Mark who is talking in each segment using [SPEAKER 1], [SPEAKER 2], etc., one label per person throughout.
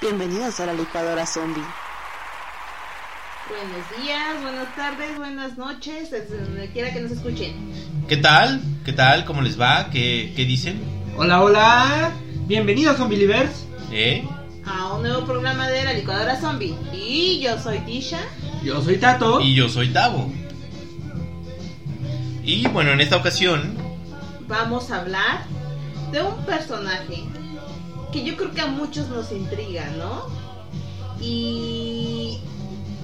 [SPEAKER 1] Bienvenidos a la licuadora zombie.
[SPEAKER 2] Buenos días, buenas tardes, buenas noches, desde donde quiera que nos escuchen.
[SPEAKER 3] ¿Qué tal? ¿Qué tal? ¿Cómo les va? ¿Qué, qué dicen?
[SPEAKER 4] Hola, hola. Bienvenidos a Believers.
[SPEAKER 3] ¿Eh?
[SPEAKER 2] A un nuevo programa de la licuadora zombie. Y yo soy Tisha.
[SPEAKER 4] Yo soy Tato.
[SPEAKER 3] Y yo soy Tavo. Y bueno, en esta ocasión,
[SPEAKER 2] Vamos a hablar de un personaje que yo creo que a muchos nos intriga, ¿no? Y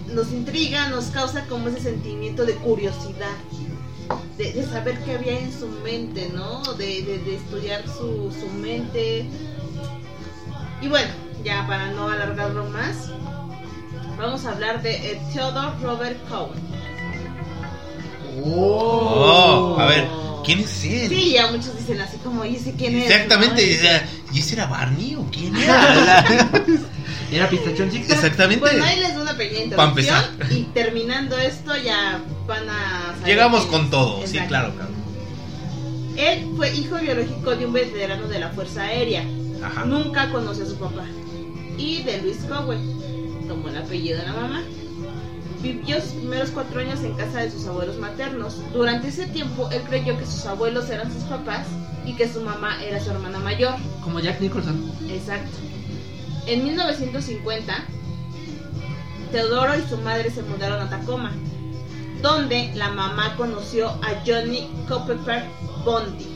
[SPEAKER 2] nos intriga, nos causa como ese sentimiento de curiosidad. De, de saber qué había en su mente, ¿no? De, de- de estudiar su, su mente. Y bueno, ya para no alargarlo más, vamos a hablar de eh, Theodore Robert Cowan.
[SPEAKER 3] oh, a ver, ¿quién es él?
[SPEAKER 2] Sí, ya muchos dicen así como, ¿y ese quién es?
[SPEAKER 3] Exactamente,
[SPEAKER 2] ¿no?
[SPEAKER 3] o sea, ¿y ese era Barney o quién era? O sea,
[SPEAKER 4] Era Pistachón Six.
[SPEAKER 3] Exactamente.
[SPEAKER 2] Bueno, pues, ahí les doy una pequeña
[SPEAKER 3] Pa'
[SPEAKER 2] introducción
[SPEAKER 3] empezar.
[SPEAKER 2] y terminando esto ya van a... saber
[SPEAKER 3] Llegamos
[SPEAKER 2] quién es.
[SPEAKER 3] con todo, sí,
[SPEAKER 2] Exacto.
[SPEAKER 3] claro, cabrón.
[SPEAKER 2] Él fue hijo biológico de un veterano de la Fuerza Aérea.
[SPEAKER 3] Ajá.
[SPEAKER 2] Nunca conoció a su papá. Y de Luis Cowen, como el apellido de la mamá. Vivió sus primeros cuatro años en casa de sus abuelos maternos. Durante ese tiempo, él creyó que sus abuelos eran sus papás y que su mamá era su hermana mayor.
[SPEAKER 4] Como Jack Nicholson.
[SPEAKER 2] Exacto. En 1950, Teodoro y su madre se mudaron a Tacoma, donde la mamá conoció a Johnny Culpepper Bondi,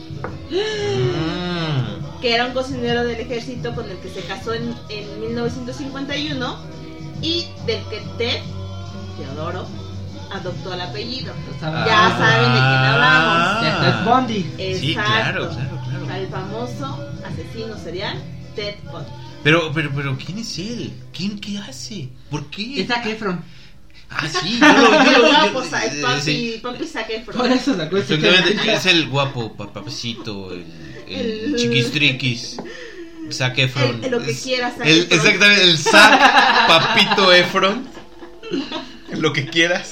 [SPEAKER 3] Mm,
[SPEAKER 2] que era un cocinero del ejército con el que se casó en, en 1951 y del que Ted, Teodoro, adoptó el apellido. Ya
[SPEAKER 3] Ah.
[SPEAKER 2] saben de quién hablamos.
[SPEAKER 4] Ya está es Bondi.
[SPEAKER 3] Sí,
[SPEAKER 2] Exacto.
[SPEAKER 3] claro, claro, claro.
[SPEAKER 2] Al famoso asesino serial Ted Bundy.
[SPEAKER 3] Pero, pero, pero, ¿quién es él? ¿Quién qué hace? ¿Por qué?
[SPEAKER 4] Está Kefron.
[SPEAKER 3] Ah, sí, yo lo yo lo-
[SPEAKER 2] Ah,
[SPEAKER 3] yo-
[SPEAKER 2] pues, ay,
[SPEAKER 3] eh,
[SPEAKER 2] papi,
[SPEAKER 3] sí.
[SPEAKER 2] papi Zac Efron.
[SPEAKER 4] Por eso sacó este tema.
[SPEAKER 3] Exactamente, es el guapo pa- papacito, el, el
[SPEAKER 2] El-
[SPEAKER 3] chiquistriquis, Zac Efron.
[SPEAKER 2] El- lo que
[SPEAKER 3] Es-
[SPEAKER 2] quiera, Zac
[SPEAKER 3] el-
[SPEAKER 2] Efron.
[SPEAKER 3] Exactamente, el Zac Papito Efron. Lo que quieras.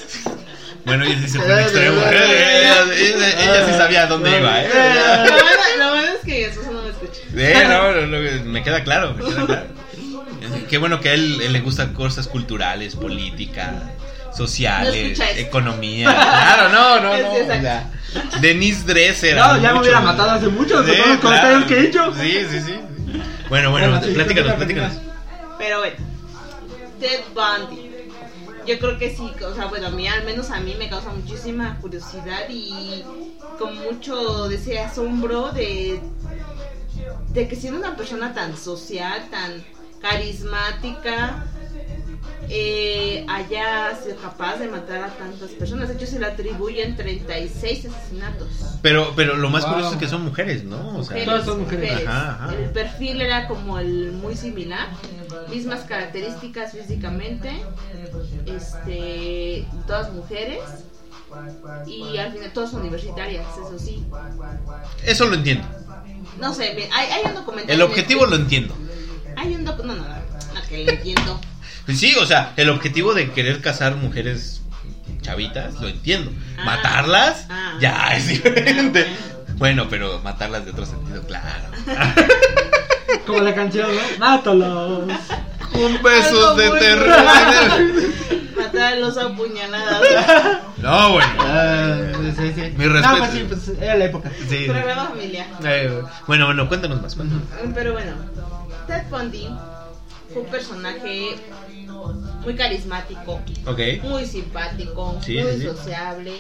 [SPEAKER 3] Bueno, ella sí se fue al extremo. ¿eh? Ella, ella- ella sí sabía a dónde iba, ¿eh?
[SPEAKER 2] Lo bueno, lo bueno es que mi esposo no me escucha.
[SPEAKER 3] Eh, no, no, no, me queda claro, me queda claro. Eh, Qué bueno que a él, él le gustan cosas culturales, política,
[SPEAKER 2] No
[SPEAKER 3] sociales,
[SPEAKER 2] escucha eso.
[SPEAKER 3] economía. Claro, no, no, no.
[SPEAKER 2] Es exacto.
[SPEAKER 3] o sea, Denise Dresser.
[SPEAKER 4] No, ya me
[SPEAKER 3] mucho.
[SPEAKER 4] hubiera matado hace mucho con
[SPEAKER 3] Sí,
[SPEAKER 4] todos los
[SPEAKER 3] claro.
[SPEAKER 4] comentarios que he hecho.
[SPEAKER 3] Sí, sí, sí. Bueno, bueno,
[SPEAKER 4] Bueno, sí,
[SPEAKER 3] platícanos,
[SPEAKER 4] platica,
[SPEAKER 3] platícanos.
[SPEAKER 2] Pero bueno, Ted Bundy. Yo creo que sí, o sea, bueno, a mí, al menos a mí me causa muchísima curiosidad y con mucho de ese asombro de, de que siendo una persona tan social, tan carismática, eh, haya sido capaz de matar a tantas personas. De hecho, se le atribuyen 36 asesinatos.
[SPEAKER 3] Pero, pero lo más
[SPEAKER 4] Wow.
[SPEAKER 3] curioso es que son mujeres, ¿no? O sea,
[SPEAKER 2] Mujeres,
[SPEAKER 4] Todas son mujeres.
[SPEAKER 3] Ajá, ajá.
[SPEAKER 2] El perfil era como el muy similar, mismas características físicamente, este, todas mujeres y al final todas universitarias, eso sí.
[SPEAKER 3] eso lo entiendo.
[SPEAKER 2] No sé, me- hay, hay un documental.
[SPEAKER 3] El
[SPEAKER 2] en
[SPEAKER 3] objetivo lo
[SPEAKER 2] Netflix.
[SPEAKER 3] entiendo.
[SPEAKER 2] Hay un docu- no, no, no, no, que lo entiendo.
[SPEAKER 3] Pues sí, o sea, el objetivo de querer casar mujeres chavitas, lo entiendo.
[SPEAKER 2] Ah.
[SPEAKER 3] matarlas,
[SPEAKER 2] Ah.
[SPEAKER 3] ya es diferente.
[SPEAKER 2] Ah,
[SPEAKER 3] Bueno, pero matarlas de otro sentido, claro.
[SPEAKER 4] Como la canción, ¿no? Mátalos.
[SPEAKER 3] Un beso
[SPEAKER 2] Algo
[SPEAKER 3] de
[SPEAKER 2] muy
[SPEAKER 3] terror.
[SPEAKER 2] Matar a los apuñalados.
[SPEAKER 3] No, bueno.
[SPEAKER 4] Ah, pues, sí, sí.
[SPEAKER 3] Mi
[SPEAKER 4] No,
[SPEAKER 3] respeto.
[SPEAKER 4] pues sí, pues era la época.
[SPEAKER 3] Sí.
[SPEAKER 2] Programa familiar.
[SPEAKER 3] Eh, bueno, bueno, cuéntanos más. cuéntanos.
[SPEAKER 2] Pero bueno, Ted Bundy fue un personaje muy carismático,
[SPEAKER 3] Ok.
[SPEAKER 2] muy simpático,
[SPEAKER 3] Sí,
[SPEAKER 2] muy
[SPEAKER 3] sí, sí.
[SPEAKER 2] sociable.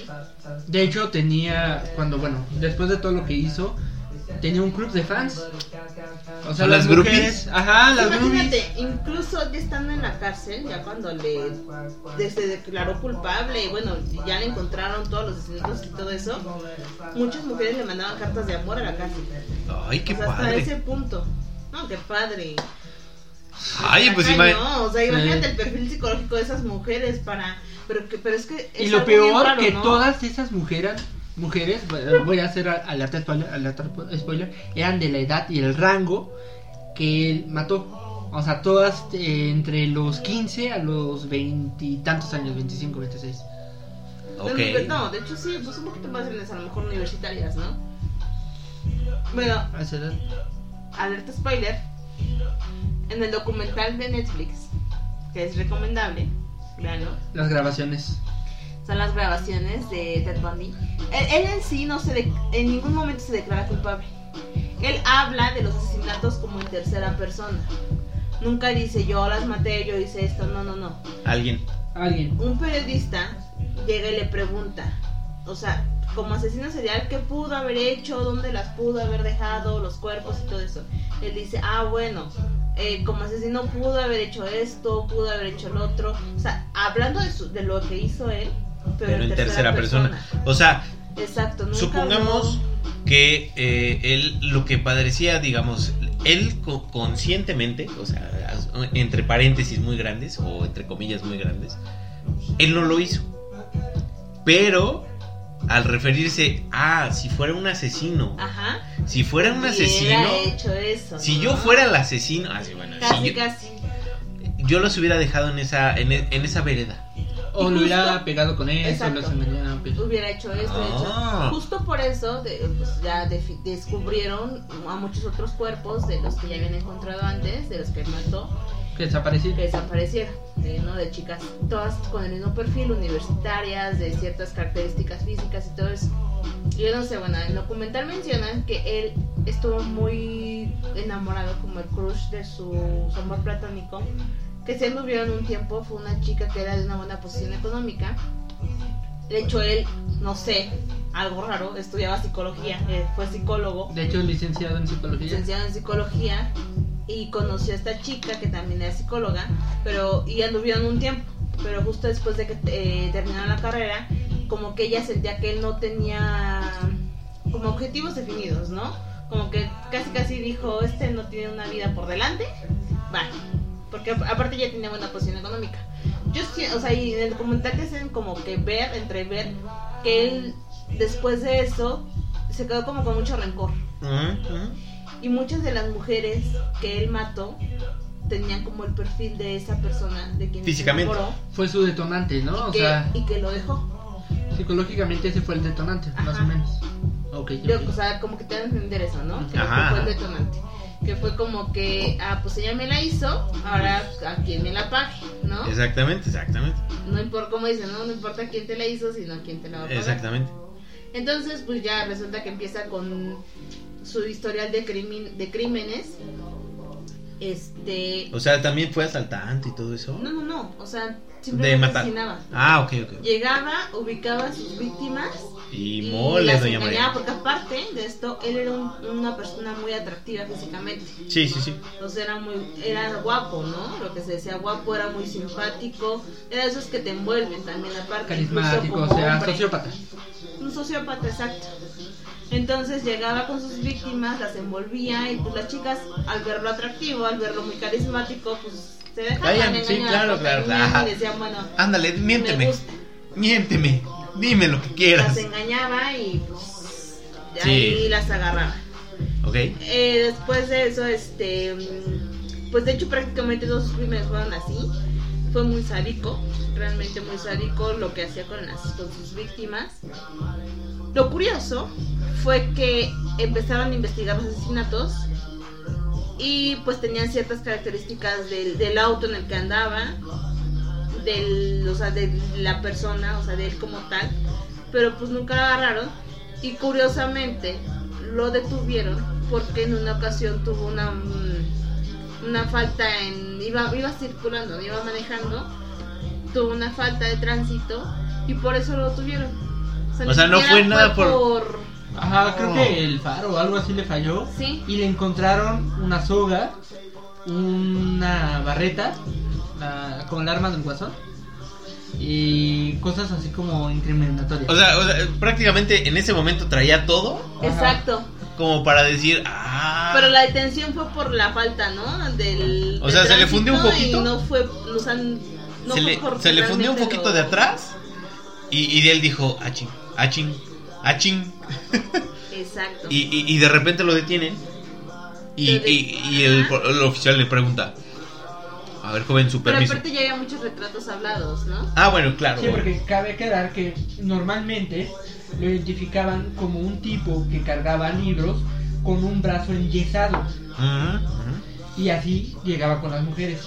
[SPEAKER 4] De hecho, tenía, cuando, bueno, después de todo lo que hizo, tenía un club de fans. O sea,
[SPEAKER 3] ¿Son las
[SPEAKER 4] las,
[SPEAKER 3] groupies?
[SPEAKER 4] mujeres- Ajá, las groupies.
[SPEAKER 2] Imagínate, incluso ya estando en la cárcel, ya cuando le de- se declaró culpable, y bueno, ya le encontraron todos los asesinatos y todo eso, muchas mujeres le mandaban cartas de amor a la cárcel.
[SPEAKER 3] Ay, qué
[SPEAKER 2] O sea, hasta ese
[SPEAKER 3] padre.
[SPEAKER 2] punto. No, qué padre.
[SPEAKER 3] Ay, pues
[SPEAKER 2] Ay,
[SPEAKER 3] imagínate.
[SPEAKER 2] no, o sea, imagínate
[SPEAKER 4] Sí.
[SPEAKER 2] el perfil psicológico de esas mujeres para pero que pero es que
[SPEAKER 4] Y
[SPEAKER 2] es
[SPEAKER 4] lo
[SPEAKER 2] algo bien
[SPEAKER 4] peor
[SPEAKER 2] raro,
[SPEAKER 4] que
[SPEAKER 2] ¿no?
[SPEAKER 4] todas esas mujeres, mujeres, bueno, voy a hacer a- alerta spoiler, alerta spoiler, eran de la edad y el rango que él mató. O sea, todas eh, entre los 15 a los veintitantos años, 25, 26.
[SPEAKER 3] Ok.
[SPEAKER 2] Pero, No, de hecho sí, pues un poquito más grandes, a lo mejor universitarias, ¿no? Bueno,
[SPEAKER 4] A esa edad.
[SPEAKER 2] alerta spoiler, en el documental de Netflix, que es recomendable, véanlo,
[SPEAKER 4] Las grabaciones.
[SPEAKER 2] son las grabaciones de Ted Bundy. Él, él en sí no se, de- en ningún momento se declara culpable. Él habla de los asesinatos como en tercera persona. Nunca dice yo las maté, yo hice esto, no, no, no.
[SPEAKER 3] Alguien.
[SPEAKER 4] Alguien.
[SPEAKER 2] un periodista llega y le pregunta, o sea, como asesino serial, ¿qué pudo haber hecho? ¿Dónde las pudo haber dejado? Los cuerpos y todo eso. Él dice, ah, bueno, eh, como asesino pudo haber hecho esto, pudo haber hecho el otro. O sea, hablando de, su- de lo que hizo él, pero,
[SPEAKER 3] Pero, en tercera persona. O sea,
[SPEAKER 2] Exacto, nunca
[SPEAKER 3] supongamos
[SPEAKER 2] habló-
[SPEAKER 3] que eh, él lo que padecía, digamos, él co- conscientemente, o sea, as- entre paréntesis muy grandes o entre comillas muy grandes, él no lo hizo. Pero al referirse a si fuera un asesino,
[SPEAKER 2] Ajá.
[SPEAKER 3] si fuera un
[SPEAKER 2] hubiera
[SPEAKER 3] asesino,
[SPEAKER 2] hecho Ah, eso,
[SPEAKER 3] si
[SPEAKER 2] ¿no?
[SPEAKER 3] yo fuera el asesino, ah, sí, bueno,
[SPEAKER 2] Casi,
[SPEAKER 3] si yo,
[SPEAKER 2] casi.
[SPEAKER 3] yo los hubiera dejado en esa en, e- en esa vereda.
[SPEAKER 4] O
[SPEAKER 2] Y
[SPEAKER 4] lo hubiera
[SPEAKER 2] justo-
[SPEAKER 4] pegado con eso,
[SPEAKER 2] Exacto.
[SPEAKER 4] lo semellaría.
[SPEAKER 2] hubiera hecho esto,
[SPEAKER 3] Ah.
[SPEAKER 2] hecho. Justo por eso de- pues, ya defi- descubrieron a muchos otros cuerpos de los que ya habían encontrado antes, de los que mató,
[SPEAKER 4] Que
[SPEAKER 2] que
[SPEAKER 4] desapareciera.
[SPEAKER 2] desaparecieron, de, ¿no? de chicas, todas con el mismo perfil, universitarias, de ciertas características físicas y todo eso. Yo no sé, bueno, en el documental mencionan que él estuvo muy enamorado como el crush de su su amor platónico, que se anduvieron un tiempo, fue una chica que era de una buena posición económica. De hecho, él, no sé, algo raro, estudiaba psicología, eh, fue psicólogo
[SPEAKER 4] De hecho, es licenciado en psicología.
[SPEAKER 2] licenciada en psicología y conoció a esta chica que también era psicóloga, pero y anduvieron un tiempo, pero justo después de que eh, terminaron la carrera, como que ella sentía que él no tenía como objetivos definidos, ¿no? Como que casi casi dijo, este no tiene una vida por delante, va, porque ap- aparte ya tenía buena posición económica. Yo sí, o sea, y en el documental te hacen como que ver, entrever, que él después de eso se quedó como con mucho rencor. Y muchas de las mujeres que él mató tenían como el perfil de esa persona de quien se
[SPEAKER 3] Físicamente.
[SPEAKER 2] enamoró,
[SPEAKER 4] Fue su detonante, ¿no? O
[SPEAKER 2] que-
[SPEAKER 4] sea,
[SPEAKER 2] y que lo dejó.
[SPEAKER 4] psicológicamente ese fue el detonante,
[SPEAKER 2] Ajá.
[SPEAKER 4] más o menos. Ok,
[SPEAKER 2] Yo,
[SPEAKER 4] ok.
[SPEAKER 2] o sea, como que te van a entender eso, ¿no? Que
[SPEAKER 3] Ajá.
[SPEAKER 2] fue el detonante. Que fue como que, ah, pues ella me la hizo, ahora a quien me la pague, ¿no?
[SPEAKER 3] Exactamente, exactamente.
[SPEAKER 2] No importa, como dicen, ¿no? No importa quién te la hizo, sino quién te la va a pagar.
[SPEAKER 3] Exactamente.
[SPEAKER 2] Entonces, pues ya resulta que empieza con su historial de, crimin- de crímenes. Este.
[SPEAKER 3] O sea, también fue asaltante y todo eso.
[SPEAKER 2] No, no, no. O sea,
[SPEAKER 3] De
[SPEAKER 2] simplemente
[SPEAKER 3] matar.
[SPEAKER 2] asesinaba.
[SPEAKER 3] Ah, ok, ok.
[SPEAKER 2] Llegaba, ubicaba a sus víctimas
[SPEAKER 3] Y
[SPEAKER 2] las
[SPEAKER 3] mole, doña
[SPEAKER 2] engañaba,
[SPEAKER 3] María.
[SPEAKER 2] porque aparte de esto, él era un- una persona muy atractiva físicamente.
[SPEAKER 3] Sí, sí, sí.
[SPEAKER 2] Entonces era muy, era guapo, ¿no? Lo que se decía guapo, era muy simpático, era de esos que te envuelven también aparte.
[SPEAKER 4] Carismático,
[SPEAKER 2] incluso
[SPEAKER 4] o
[SPEAKER 2] como
[SPEAKER 4] sea,
[SPEAKER 2] hombre.
[SPEAKER 4] sociópata.
[SPEAKER 2] Un sociópata, exacto. Entonces llegaba con sus víctimas, las envolvía y pues las chicas al verlo atractivo, al verlo muy carismático, pues se dejaban
[SPEAKER 3] Vayan,
[SPEAKER 2] engañar.
[SPEAKER 3] sí, claro,
[SPEAKER 2] porque
[SPEAKER 3] claro,
[SPEAKER 2] venían
[SPEAKER 3] ajá.
[SPEAKER 2] Y decían, bueno,
[SPEAKER 3] Ándale,
[SPEAKER 2] me
[SPEAKER 3] miénteme.
[SPEAKER 2] gusta.
[SPEAKER 3] Miénteme. Dime lo que
[SPEAKER 2] las
[SPEAKER 3] quieras.
[SPEAKER 2] engañaba y pues, de
[SPEAKER 3] Sí.
[SPEAKER 2] ahí las agarraba.
[SPEAKER 3] Ok.
[SPEAKER 2] Eh, después de eso, este, mm, pues de hecho prácticamente todos sus crímenes fueron así. Fue muy sádico, realmente muy sádico lo que hacía con, las, con sus víctimas. Lo curioso fue que empezaron a investigar los asesinatos y pues tenían ciertas características del, del auto en el que andaba, del, o sea, de la persona, o sea, de él como tal, pero pues nunca lo agarraron y curiosamente lo detuvieron porque en una ocasión tuvo una mm, una falta en iba iba circulando, iba manejando, tuvo una falta de tránsito y por eso lo tuvieron. ni
[SPEAKER 3] O sea, no
[SPEAKER 2] siquiera
[SPEAKER 3] fue nada por-
[SPEAKER 2] por...
[SPEAKER 4] Ajá, creo
[SPEAKER 3] Oh.
[SPEAKER 4] que el faro o algo así le falló.
[SPEAKER 2] Sí.
[SPEAKER 4] Y le encontraron una soga, una barreta, la- como el arma del guasón. Y cosas así como incriminatorias.
[SPEAKER 3] O sea, o sea, prácticamente en ese momento traía todo
[SPEAKER 4] Ajá.
[SPEAKER 2] Exacto.
[SPEAKER 3] como para decir, ah.
[SPEAKER 2] Pero la detención fue por la falta, ¿no? Del.
[SPEAKER 3] O
[SPEAKER 2] del
[SPEAKER 3] sea, se le fundió un
[SPEAKER 2] tránsito
[SPEAKER 3] poquito.
[SPEAKER 2] Y no fue. o sea, no fue
[SPEAKER 3] se le,
[SPEAKER 2] por
[SPEAKER 3] se le fundió un
[SPEAKER 2] realmente
[SPEAKER 3] poquito
[SPEAKER 2] lo-
[SPEAKER 3] de atrás y, y de él dijo, achín, achín, achín.
[SPEAKER 2] Exacto.
[SPEAKER 3] Y, y, y de repente lo detienen. Y,
[SPEAKER 2] Lo de-
[SPEAKER 3] y- y el, el oficial le pregunta, A ver, joven, su
[SPEAKER 2] Pero
[SPEAKER 3] permiso.
[SPEAKER 2] aparte ya había muchos retratos hablados, ¿no?
[SPEAKER 3] Ah, bueno, claro.
[SPEAKER 4] Sí,
[SPEAKER 3] bueno.
[SPEAKER 4] porque cabe aclarar que normalmente lo identificaban como un tipo que cargaba libros con un brazo enyesado
[SPEAKER 3] Ujú, ujú.
[SPEAKER 4] y así llegaba con las mujeres.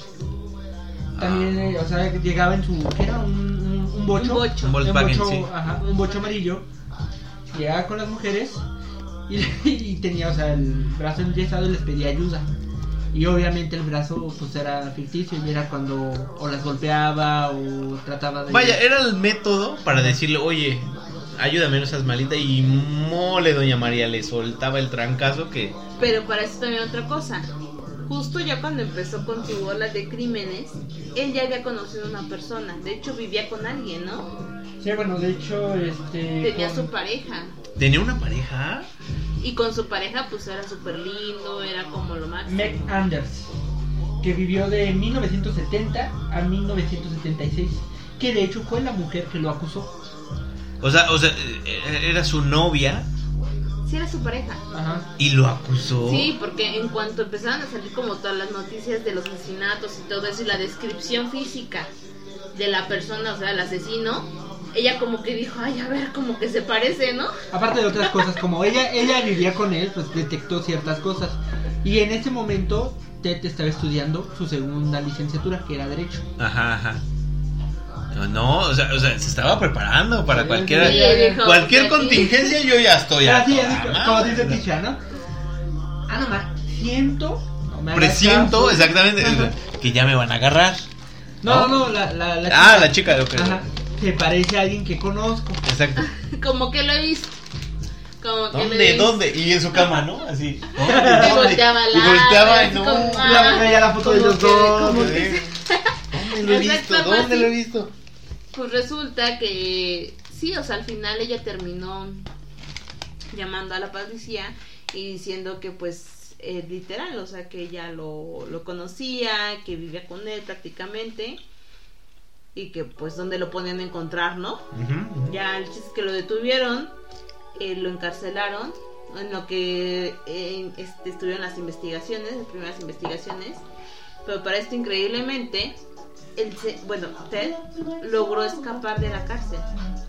[SPEAKER 3] Ah.
[SPEAKER 4] También, eh, o sea, llegaba en su. ¿Qué era? Un, un- un bocho.
[SPEAKER 2] Un bocho.
[SPEAKER 3] Un Volkswagen,
[SPEAKER 4] un bocho,
[SPEAKER 3] sí.
[SPEAKER 4] ajá, un bocho amarillo. Llegaba con las mujeres y, y tenía, o sea, el brazo enyesado y les pedía ayuda. Y obviamente el brazo pues era ficticio y era cuando o las golpeaba o trataba de...
[SPEAKER 3] Vaya, eh. era el método para decirle, oye, ayúdame, no seas malita. Y mole, doña María le soltaba el trancazo que.
[SPEAKER 2] Pero para eso también otra cosa. Justo ya cuando empezó con su bola de crímenes, él ya había conocido a una persona. De hecho, vivía con alguien, ¿no?
[SPEAKER 4] Sí, bueno, de hecho, este...
[SPEAKER 2] Tenía
[SPEAKER 4] con-
[SPEAKER 2] su pareja.
[SPEAKER 3] ¿Tenía una pareja?
[SPEAKER 2] Y con su pareja, pues era súper lindo, era como lo máximo.
[SPEAKER 4] Meg Anders, que vivió de 1970 a 1976, que de hecho fue la mujer que lo acusó.
[SPEAKER 3] O sea, o sea, eh, era su novia
[SPEAKER 2] Sí, era su pareja.
[SPEAKER 4] Ajá.
[SPEAKER 3] y lo acusó.
[SPEAKER 2] Sí, porque en cuanto empezaron a salir como todas las noticias de los asesinatos y todo eso y la descripción física de la persona, o sea, el asesino, ella como que dijo, ay, a ver, como que se parece, ¿no?
[SPEAKER 4] Aparte de otras cosas, como ella, ella vivía con él, pues detectó ciertas cosas. Y en ese momento, Ted estaba estudiando su segunda licenciatura, que era Derecho.
[SPEAKER 3] Ajá, ajá. No, no, o sea, o sea, se estaba preparando para
[SPEAKER 4] Sí,
[SPEAKER 3] cualquier
[SPEAKER 4] sí,
[SPEAKER 2] dijo, "Pues
[SPEAKER 3] cualquier
[SPEAKER 2] "Sí".
[SPEAKER 3] contingencia. Yo Oh, ya estoy. a
[SPEAKER 4] así,
[SPEAKER 3] toda
[SPEAKER 4] así,
[SPEAKER 3] madre.
[SPEAKER 4] como dice Tisha, ¿no? Ah, no, ma, siento... no me hagas
[SPEAKER 3] Presiento,
[SPEAKER 4] caso.
[SPEAKER 3] exactamente,
[SPEAKER 4] Ajá.
[SPEAKER 3] que ya me van a agarrar.
[SPEAKER 4] No, no, la, la, la
[SPEAKER 3] Ah, la chica, ok.
[SPEAKER 4] Ajá. Se parece a alguien que conozco.
[SPEAKER 3] Exacto.
[SPEAKER 2] Como que lo he visto. Como que lo he
[SPEAKER 3] ¿Dónde?
[SPEAKER 2] visto.
[SPEAKER 3] ¿Dónde? Y en su cama, ¿no? Así. ¿Dónde?
[SPEAKER 2] Y
[SPEAKER 3] ¿Dónde?
[SPEAKER 2] volteaba al
[SPEAKER 3] Y volteaba y
[SPEAKER 2] lado,
[SPEAKER 3] no.
[SPEAKER 2] así como,
[SPEAKER 4] Ya veía la foto de
[SPEAKER 2] como
[SPEAKER 4] ellos
[SPEAKER 2] que-
[SPEAKER 4] dos.
[SPEAKER 2] como que-
[SPEAKER 3] ¿Dónde lo he visto?
[SPEAKER 2] Pues Exacto,
[SPEAKER 3] ¿Dónde lo he
[SPEAKER 2] así.
[SPEAKER 3] visto?
[SPEAKER 2] Pues resulta que sí, o sea, al final ella terminó llamando a la policía y diciendo que pues eh, literal, o sea, que ella lo, lo conocía, que vivía con él prácticamente y que pues donde lo ponían a encontrar, ¿no? Ya el chiste es que lo detuvieron, eh, lo encarcelaron, en lo que eh, este, estuvieron las investigaciones, las primeras investigaciones. Pero para esto, increíblemente, él se- bueno, Ted logró escapar de la cárcel.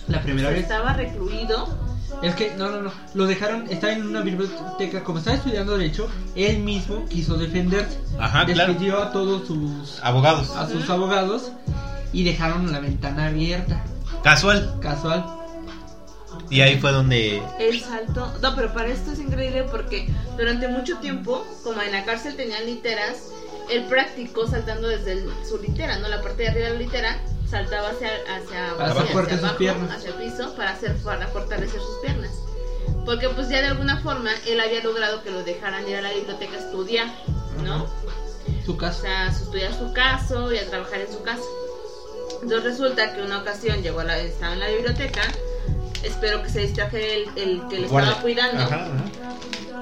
[SPEAKER 4] La primera vez.
[SPEAKER 2] Estaba recluido.
[SPEAKER 4] Es que, no, no, no. Lo dejaron, estaba en una biblioteca. Como estaba estudiando Derecho, él mismo quiso defenderse.
[SPEAKER 3] Ajá, claro.
[SPEAKER 4] Despidió a todos sus,
[SPEAKER 3] Abogados.
[SPEAKER 4] a sus
[SPEAKER 2] Ujú.
[SPEAKER 4] abogados y dejaron la ventana abierta.
[SPEAKER 3] Casual.
[SPEAKER 4] Casual.
[SPEAKER 3] Y ahí fue donde.
[SPEAKER 2] Él saltó. No, pero para esto es increíble porque durante mucho tiempo, como en la cárcel tenían literas, él practicó saltando desde el- su litera, ¿no? La parte de arriba de la litera, saltaba hacia, hacia,
[SPEAKER 4] Para
[SPEAKER 2] hacia,
[SPEAKER 3] hacer
[SPEAKER 4] fuertes sus piernas.
[SPEAKER 2] hacia el piso, para, hacer, para fortalecer sus piernas. Porque pues ya de alguna forma él había logrado que lo dejaran ir a la biblioteca a estudiar, ¿no?
[SPEAKER 4] Su
[SPEAKER 2] O
[SPEAKER 4] casa.
[SPEAKER 2] sea, a estudiar su caso y a trabajar en su casa. Entonces resulta que una ocasión llegó a la, estaba en la biblioteca, espero que se distraje el, el que le
[SPEAKER 3] Guardia.
[SPEAKER 2] estaba cuidando.
[SPEAKER 3] Ajá, ajá.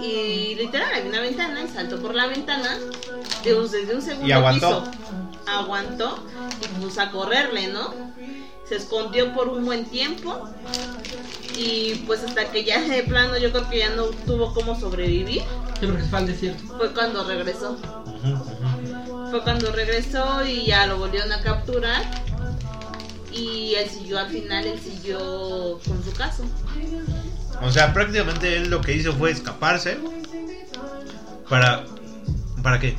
[SPEAKER 2] Y literal, había una ventana y saltó por la ventana de un, desde un segundo
[SPEAKER 3] Y aguantó.
[SPEAKER 2] piso. Aguantó y puso a correrle, ¿no? Se escondió por un buen tiempo y pues hasta que ya de plano yo creo que ya no tuvo cómo sobrevivir,
[SPEAKER 4] Sí, porque fue al desierto.
[SPEAKER 2] fue cuando regresó.
[SPEAKER 3] Ujú, ujú.
[SPEAKER 2] Fue cuando regresó y ya lo volvieron a capturar. Y él siguió al final, él siguió con su caso.
[SPEAKER 3] O sea, prácticamente él lo que hizo fue escaparse. Para. ¿Para qué?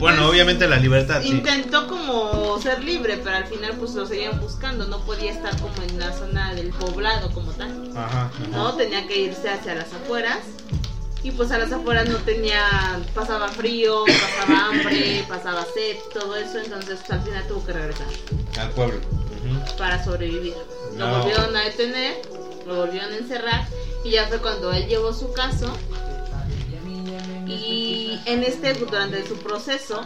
[SPEAKER 2] Pues,
[SPEAKER 3] Bueno, obviamente la libertad, Ah, sí.
[SPEAKER 2] Intentó como ser libre, pero al final pues lo seguían buscando. No podía estar como en la zona del poblado como tal.
[SPEAKER 3] Ajá,
[SPEAKER 2] No, tenía que irse hacia las afueras. Y pues a las afueras no tenía, pasaba frío, pasaba hambre, pasaba sed, todo eso. Entonces pues, al final tuvo que regresar
[SPEAKER 3] ajá. Al pueblo. Ujú.
[SPEAKER 2] para sobrevivir. Lo
[SPEAKER 3] No.
[SPEAKER 2] volvieron a detener, lo volvieron a encerrar y ya fue cuando él llevó su caso. Y en este, durante su proceso,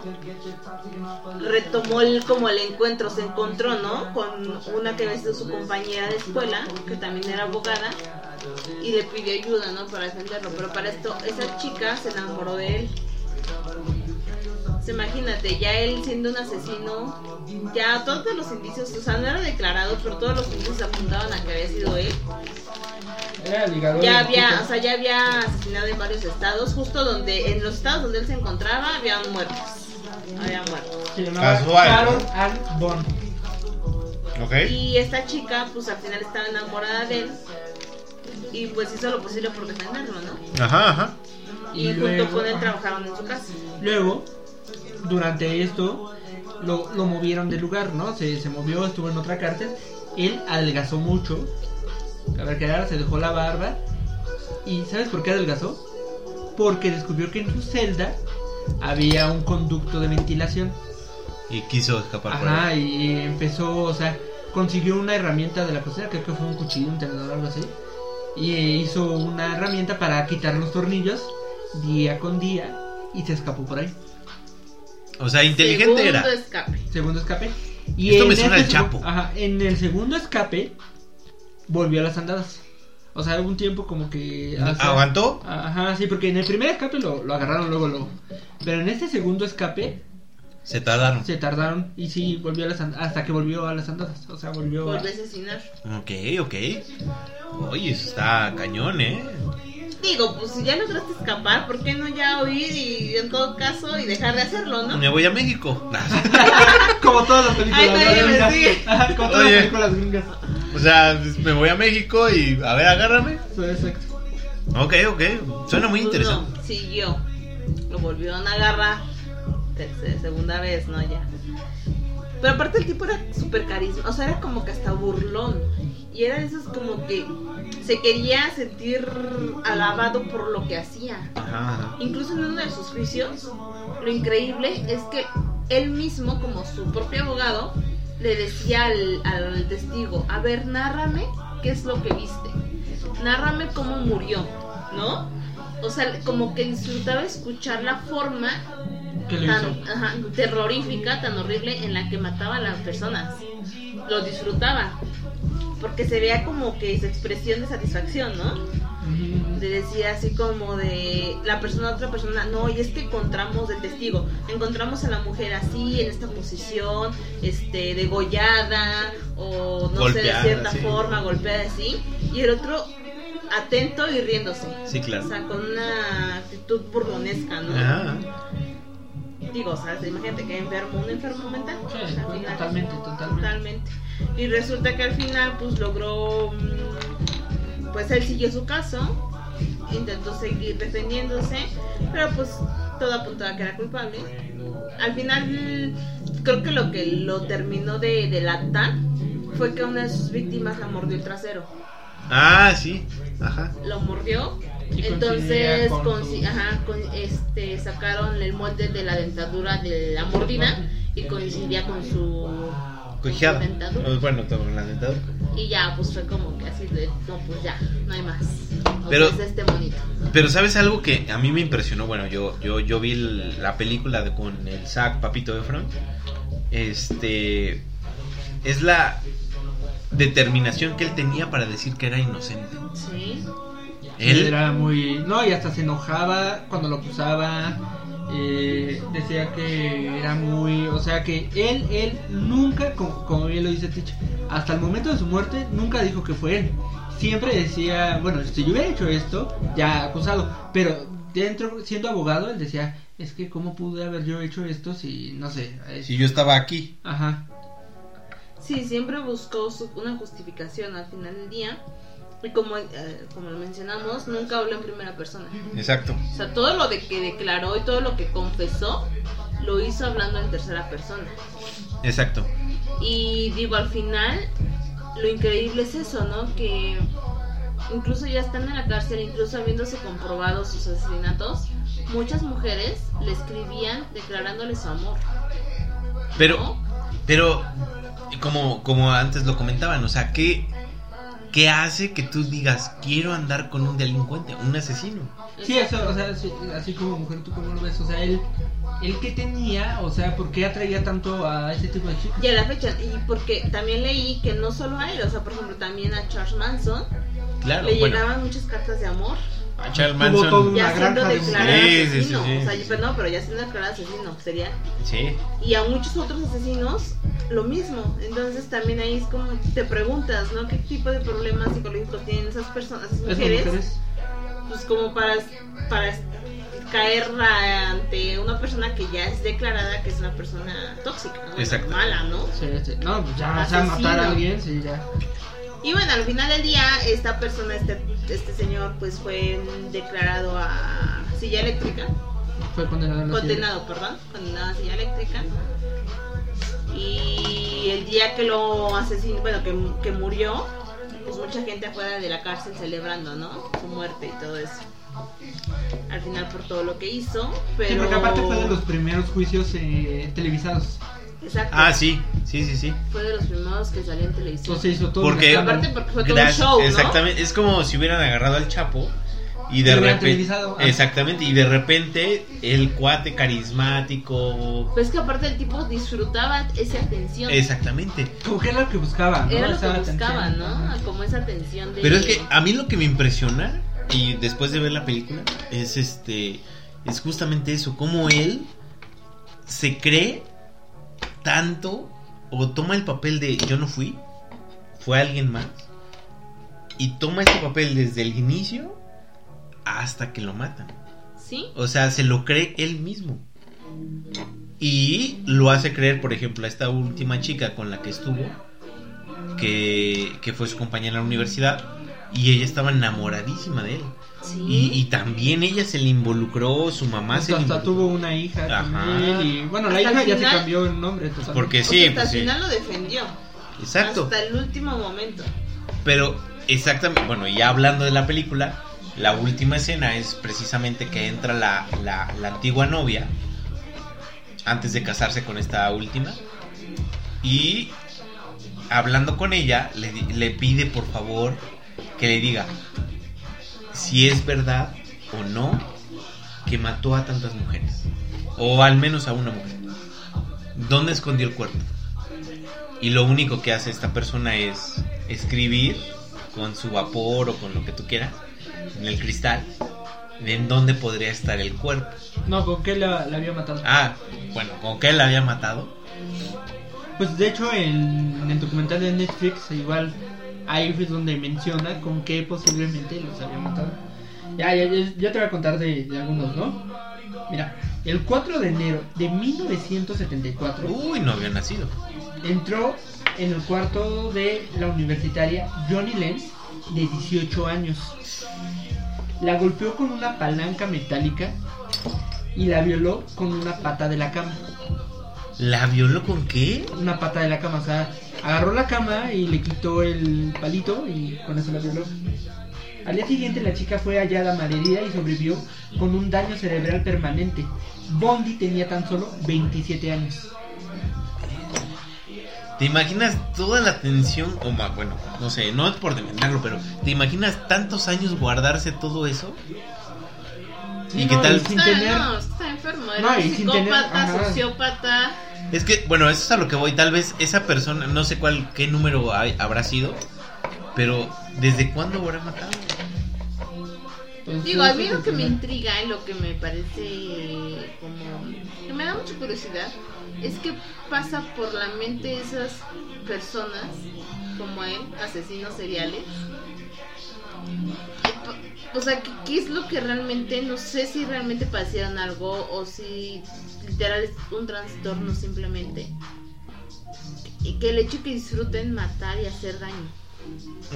[SPEAKER 2] retomó el- como el encuentro, se encontró, ¿no? Con una que había sido su compañera de escuela, que también era abogada, y le pidió ayuda, ¿no? Para defenderlo. Pero para esto, esa chica se enamoró de él. Pues Imagínate, ya él siendo un asesino, ya todos los indicios, o sea, no era declarado, pero todos los indicios apuntaban a que había sido él.
[SPEAKER 4] Era ligador.
[SPEAKER 2] Ya había, o sea, ya había asesinado en varios estados, justo donde, en los estados donde él se encontraba, habían muertos. había muerto.
[SPEAKER 4] Se llamaba
[SPEAKER 5] Casual.
[SPEAKER 4] Sharon Ann Bond.
[SPEAKER 5] Ok.
[SPEAKER 2] Y esta chica, pues al final estaba enamorada de él. Y pues hizo lo posible por defenderlo, ¿no?
[SPEAKER 5] Ajá, ajá.
[SPEAKER 2] Y,
[SPEAKER 4] Y
[SPEAKER 2] junto
[SPEAKER 4] luego-
[SPEAKER 2] con él trabajaron en su casa.
[SPEAKER 4] Luego, durante esto, lo, lo movieron de lugar, ¿no? Se, se movió, estuvo en otra cárcel. Él adelgazó mucho. A ver, quedar, se dejó la barba. ¿Y sabes por qué adelgazó? Porque descubrió que en su celda había un conducto de ventilación.
[SPEAKER 3] Y quiso escapar por
[SPEAKER 4] Ajá, y empezó, o sea, consiguió una herramienta de la cocina, creo que fue un cuchillo, un tenedor, algo así. Y eh, hizo una herramienta para quitar los tornillos día con día y se escapó por ahí.
[SPEAKER 3] ahí. O sea, inteligente
[SPEAKER 2] Segundo
[SPEAKER 3] era.
[SPEAKER 2] escape.
[SPEAKER 4] Segundo escape. Y
[SPEAKER 3] Esto
[SPEAKER 4] en
[SPEAKER 3] me suena
[SPEAKER 4] este
[SPEAKER 3] al
[SPEAKER 4] segu-
[SPEAKER 3] Chapo.
[SPEAKER 4] Ajá, en el segundo escape volvió a las andadas. O sea, hubo un tiempo como que...
[SPEAKER 3] Ah,
[SPEAKER 4] o sea,
[SPEAKER 5] ¿Aguantó?
[SPEAKER 4] Ajá, sí, porque en el primer escape lo, lo agarraron luego, luego. Pero en este segundo escape
[SPEAKER 3] Se tardaron.
[SPEAKER 4] se tardaron y sí, volvió a las andadas, hasta que volvió a las andadas. O sea, volvió... a-
[SPEAKER 2] Volvió a asesinar.
[SPEAKER 3] Ok, ok. Oye, eso está cañón, ¿eh?
[SPEAKER 2] Digo, pues si ya lograste escapar, ¿por qué no ya huir y en todo caso y dejar de hacerlo, no?
[SPEAKER 3] Me voy a México.
[SPEAKER 4] Como todas las películas
[SPEAKER 2] Ay, nadie me
[SPEAKER 4] gringas.
[SPEAKER 2] sigue.
[SPEAKER 4] Ajá, Como todas
[SPEAKER 5] Oye.
[SPEAKER 4] las películas gringas.
[SPEAKER 5] O sea, me voy a México y a ver, agárrame.
[SPEAKER 4] Eso es exacto.
[SPEAKER 3] ok, ok. Suena muy
[SPEAKER 2] Pues
[SPEAKER 3] interesante.
[SPEAKER 2] No, siguió. Lo volvieron a agarrar. Tercera, segunda vez, ¿no? Ya. Pero aparte el tipo era súper carisma. O sea, era como que hasta burlón. Y era de esos como que se quería sentir alabado por lo que hacía.
[SPEAKER 3] Ajá, ajá.
[SPEAKER 2] Incluso en uno de sus juicios, lo increíble es que él mismo, como su propio abogado, le decía al, al testigo, a ver, nárrame qué es lo que viste, nárrame cómo murió, ¿no? O sea, como que disfrutaba escuchar la forma
[SPEAKER 4] ¿Qué le hizo?
[SPEAKER 2] tan ajá, terrorífica, tan horrible en la que mataba a las personas. Lo disfrutaba, porque se veía como que su expresión de satisfacción, ¿no?
[SPEAKER 4] Ujú.
[SPEAKER 2] le decía así como de la persona a otra persona, no, y es que encontramos el testigo, encontramos a la mujer así, en esta posición, este, degollada, o no
[SPEAKER 3] Golpeada,
[SPEAKER 2] sé, de cierta
[SPEAKER 3] sí.
[SPEAKER 2] forma, golpeada así, y el otro atento y riéndose.
[SPEAKER 3] Sí, claro.
[SPEAKER 2] O sea, con una actitud burlonesca, ¿no?
[SPEAKER 3] Ajá.
[SPEAKER 2] Digo, o sea, imagínate que enfermo, un enfermo mental. o
[SPEAKER 4] Sí,
[SPEAKER 2] sea, al final-
[SPEAKER 4] Totalmente, totalmente.
[SPEAKER 2] Totalmente. Y resulta que al final, pues logró. mm, Pues él siguió su caso, intentó seguir defendiéndose, pero pues todo apuntaba a que era culpable. Al final, creo que lo que lo terminó de delatar fue que una de sus víctimas la mordió el trasero.
[SPEAKER 3] Ah, sí. Ajá.
[SPEAKER 2] Lo mordió.
[SPEAKER 4] Y
[SPEAKER 2] Entonces,
[SPEAKER 4] coincidía con
[SPEAKER 2] consi-
[SPEAKER 4] su-
[SPEAKER 2] ajá, con- este, sacaron el molde de la dentadura de la mordida y coincidía con su, con su
[SPEAKER 3] Cojeada.
[SPEAKER 2] dentadura.
[SPEAKER 3] Eh, Bueno, con la dentadura.
[SPEAKER 2] Y ya, pues fue como que así de, no, pues ya, no hay más. O
[SPEAKER 3] Pero-
[SPEAKER 2] sea, es este monito.
[SPEAKER 3] Pero sabes algo que a mí me impresionó, bueno, yo yo yo vi el- la película de- con el Zac Papito de Frank. Este es la determinación que él tenía para decir que era inocente.
[SPEAKER 2] Sí.
[SPEAKER 3] Él
[SPEAKER 4] era muy. No, y hasta se enojaba cuando lo acusaba. eh, decía que era muy. O sea que él, él nunca, como, como bien lo dice Tich, hasta el momento de su muerte, nunca dijo que fue él. Siempre decía, bueno, si yo hubiera hecho esto, ya acusado. Pero dentro, siendo abogado, él decía, es que cómo pude haber yo hecho esto si, no sé. eh,
[SPEAKER 5] Si yo estaba aquí.
[SPEAKER 4] Ajá.
[SPEAKER 2] Sí, siempre buscó su- una justificación al final del día. Y como, eh, como lo mencionamos, nunca habló en primera persona.
[SPEAKER 5] Exacto.
[SPEAKER 2] O sea, todo lo de que declaró y todo lo que confesó, lo hizo hablando en tercera persona.
[SPEAKER 3] exacto.
[SPEAKER 2] Y digo, al final, lo increíble es eso, ¿no? Que incluso ya estando en la cárcel, incluso habiéndose comprobado sus asesinatos, muchas mujeres le escribían declarándole su amor.
[SPEAKER 3] Pero
[SPEAKER 2] ¿no?
[SPEAKER 3] pero como como antes lo comentaban, o sea, ¿qué qué hace que tú digas quiero andar con un delincuente, un asesino?
[SPEAKER 4] Sí, eso, o sea, sí, así como mujer, ¿tú cómo lo ves? O sea, él, él que tenía, o sea, ¿por qué atraía tanto a ese tipo de chicas?
[SPEAKER 2] Y a la fecha, y porque también leí que no solo a él, o sea, por ejemplo, también a Charles Manson
[SPEAKER 3] Claro,
[SPEAKER 2] le
[SPEAKER 3] bueno.
[SPEAKER 2] llegaban muchas cartas de amor,
[SPEAKER 5] A Charles
[SPEAKER 4] Tuvo todo
[SPEAKER 5] Manson.
[SPEAKER 4] un- Una
[SPEAKER 2] ya siendo
[SPEAKER 4] granja de
[SPEAKER 2] declarado
[SPEAKER 3] mujeres. Sí, sí,
[SPEAKER 2] asesino.
[SPEAKER 3] sí, sí,
[SPEAKER 2] o sea,
[SPEAKER 3] sí, sí.
[SPEAKER 2] pero no, pero ya siendo declarado asesino, sería
[SPEAKER 3] Sí.
[SPEAKER 2] y a muchos otros asesinos lo mismo. Entonces también ahí es como te preguntas, ¿no? ¿Qué tipo de problemas psicológicos tienen esas personas, esas
[SPEAKER 4] ¿Esas
[SPEAKER 2] mujeres?
[SPEAKER 4] mujeres?
[SPEAKER 2] Pues como para, para caer ante una persona que ya es declarada que es una persona tóxica, ¿no?
[SPEAKER 3] Exacto.
[SPEAKER 2] mala, ¿no?
[SPEAKER 4] Sí, sí. No, pues ya, o sea,
[SPEAKER 2] Asesino.
[SPEAKER 4] matar a alguien, sí, ya.
[SPEAKER 2] Y bueno, al final del día, esta persona, este, este señor, pues fue declarado a silla eléctrica,
[SPEAKER 4] Fue condenado a la
[SPEAKER 2] condenado, perdón, condenado a silla eléctrica. Y el día que lo asesinó, bueno, que, que murió, pues mucha gente afuera de la cárcel celebrando, ¿no? Su muerte y todo eso. Al final por todo lo que hizo, pero...
[SPEAKER 4] Sí, porque aparte fue de los primeros juicios eh, televisados.
[SPEAKER 2] Exacto.
[SPEAKER 3] Ah, sí, Pues sí, sí, sí.
[SPEAKER 2] Fue de los primeros que salió en televisión.
[SPEAKER 4] Entonces hizo todo.
[SPEAKER 3] Porque-
[SPEAKER 4] un escándalo.
[SPEAKER 2] Aparte porque fue todo
[SPEAKER 3] Gra-
[SPEAKER 2] un show, ¿no?
[SPEAKER 3] Exactamente, es como si hubieran agarrado al Chapo y de
[SPEAKER 4] Lo hubieran
[SPEAKER 3] repente
[SPEAKER 4] televisado, ah.
[SPEAKER 3] exactamente y de repente el cuate carismático
[SPEAKER 2] Pues que aparte el tipo disfrutaba esa atención.
[SPEAKER 3] exactamente
[SPEAKER 4] Como que era lo que buscaba. ¿no?
[SPEAKER 2] Era lo
[SPEAKER 4] Esa
[SPEAKER 2] que buscaba,
[SPEAKER 4] atención. Ajá.
[SPEAKER 2] ¿no? Como esa atención de...
[SPEAKER 3] pero es que ah, a mí lo que me impresiona y después de ver la película es este es justamente eso cómo él se cree tanto o toma el papel de yo no fui fue alguien más y toma este papel desde el inicio hasta que lo matan
[SPEAKER 2] Sí,
[SPEAKER 3] O sea, se lo cree él mismo. Y lo hace creer, por ejemplo, a esta última chica con la que estuvo, que, que fue su compañera en la universidad, y ella estaba enamoradísima de él.
[SPEAKER 2] sí.
[SPEAKER 3] Y, y también ella se le involucró, su mamá se
[SPEAKER 4] Hasta,
[SPEAKER 3] le
[SPEAKER 4] hasta
[SPEAKER 3] involucró.
[SPEAKER 4] tuvo una hija
[SPEAKER 3] Ah, Ajá.
[SPEAKER 4] también, y bueno, la
[SPEAKER 2] Hasta
[SPEAKER 4] hija
[SPEAKER 2] el
[SPEAKER 4] ya
[SPEAKER 2] final-
[SPEAKER 4] se cambió el nombre totalmente.
[SPEAKER 3] Porque
[SPEAKER 2] O
[SPEAKER 3] sí,
[SPEAKER 2] sea, hasta
[SPEAKER 3] pues sí.
[SPEAKER 2] al final lo defendió.
[SPEAKER 3] Exacto.
[SPEAKER 2] Hasta el último momento.
[SPEAKER 3] Pero exactamente, bueno, ya hablando de la película, la última escena es precisamente que entra la, la- la antigua novia antes de casarse con esta última y hablando con ella le, di- le pide por favor que le diga si es verdad o no que mató a tantas mujeres o al menos a una mujer. ¿Dónde escondió el cuerpo? Y lo único que hace esta persona es escribir con su vapor o con lo que tú quieras en el cristal de en dónde podría estar el cuerpo.
[SPEAKER 4] No, ¿con qué la, la había matado?
[SPEAKER 3] Ah, bueno, con que la había matado.
[SPEAKER 4] Pues de hecho, en, en el documental de Netflix, igual ahí es donde menciona con qué posiblemente los había matado. Ya, ya, ya, ya te voy a contar de, de algunos, ¿no? Mira, el 4 de enero de 1974
[SPEAKER 3] Uy, no había nacido.
[SPEAKER 4] entró en el cuarto de la universitaria Johnny Lenz, de 18 años. La golpeó con una palanca metálica y la violó con una pata de la cama.
[SPEAKER 3] ¿La violó con qué?
[SPEAKER 4] una pata de la cama, o sea, agarró la cama y le quitó el palito y con eso la violó. Al día siguiente la chica fue hallada malherida y sobrevivió con un daño cerebral permanente. Bondi tenía tan solo 27 años.
[SPEAKER 3] ¿Te imaginas toda la tensión? O más, bueno, no sé, no es por demandarlo, pero ¿te imaginas tantos años guardarse todo eso? ¿Y qué
[SPEAKER 4] No,
[SPEAKER 3] tal?
[SPEAKER 4] Sin
[SPEAKER 2] Está-
[SPEAKER 4] tener-
[SPEAKER 2] No, está enfermo. Era
[SPEAKER 4] No, y
[SPEAKER 2] un
[SPEAKER 4] sin
[SPEAKER 2] psicópata,
[SPEAKER 4] tener- ajá.
[SPEAKER 2] sociópata.
[SPEAKER 3] Es que, bueno, eso es a lo que voy. Tal vez esa persona, no sé cuál, qué número hay- habrá sido, pero ¿desde cuándo habrá matado?
[SPEAKER 4] Entonces,
[SPEAKER 2] Digo, a
[SPEAKER 4] eso
[SPEAKER 2] mí
[SPEAKER 4] es
[SPEAKER 2] lo que me
[SPEAKER 4] impresionante.
[SPEAKER 2] intriga y lo que me parece como... que me da mucha curiosidad es que pasa por la mente de esas personas como él, asesinos seriales. O sea, ¿qué, qué es lo que realmente, no sé si realmente padecieron algo o si literal es un trastorno simplemente? Y que el hecho que disfruten matar y hacer daño.